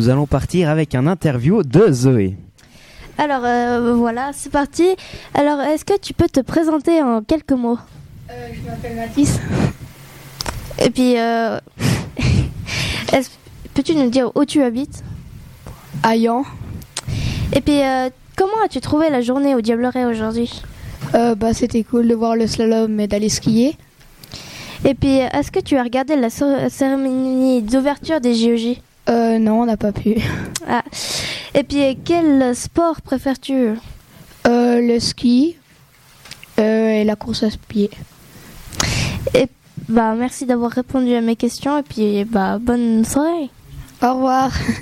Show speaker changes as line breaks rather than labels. Nous allons partir avec un interview de Zoé.
Alors euh, voilà, c'est parti. Alors est-ce que tu peux te présenter en quelques mots
Euh, je m'appelle Mathis.
Et puis, euh, est-ce- peux-tu nous dire où tu habites
Ayan.
Et puis, euh, comment as-tu trouvé la journée au Diableret aujourd'hui
Euh, bah, c'était cool de voir le slalom et d'aller skier.
Et puis, est-ce que tu as regardé la cér- cérémonie d'ouverture des E JOJ
Euh, non, on n'a pas pu.
Ah. Et puis, quel sport préfères-tu
Euh, le ski euh, et la course à pied.
Bah, merci d'avoir répondu à mes questions et puis, bah, bonne soirée.
Au revoir.